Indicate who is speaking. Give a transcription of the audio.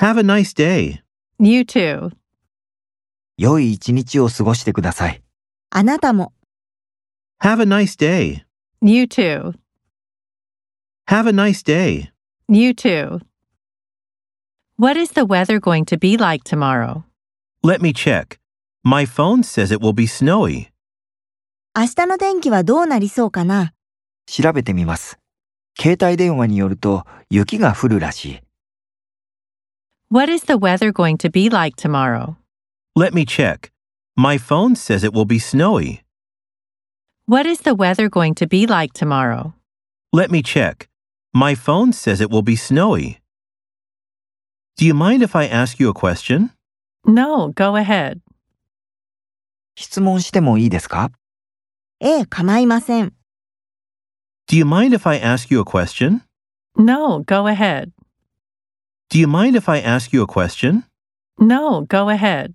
Speaker 1: Have a nice day.
Speaker 2: You too.
Speaker 3: 良い一日を過ごしてください。
Speaker 4: あなたも、
Speaker 1: Have a nice day.
Speaker 2: You too.
Speaker 1: Have a nice day.
Speaker 2: You too. What is the weather going to be like tomorrow?
Speaker 1: Let me check. My phone says it will be snowy.
Speaker 4: 明日の天気はどうなりそうかな
Speaker 3: 調べてみます。携帯電話によると雪が降るらしい。
Speaker 2: What is the weather going to be like tomorrow?
Speaker 1: Let me check. My phone says it will be snowy.
Speaker 2: What is the weather going to be like tomorrow?
Speaker 1: Let me check. My phone says it will be snowy. Do you mind if I ask you a question?
Speaker 2: No, go ahead.
Speaker 3: 質問してもいいですか
Speaker 4: ええ、構いません。
Speaker 1: Do you mind if I ask you a question?
Speaker 2: No, go ahead.
Speaker 1: Do you mind if I ask you a question?
Speaker 2: No, go ahead.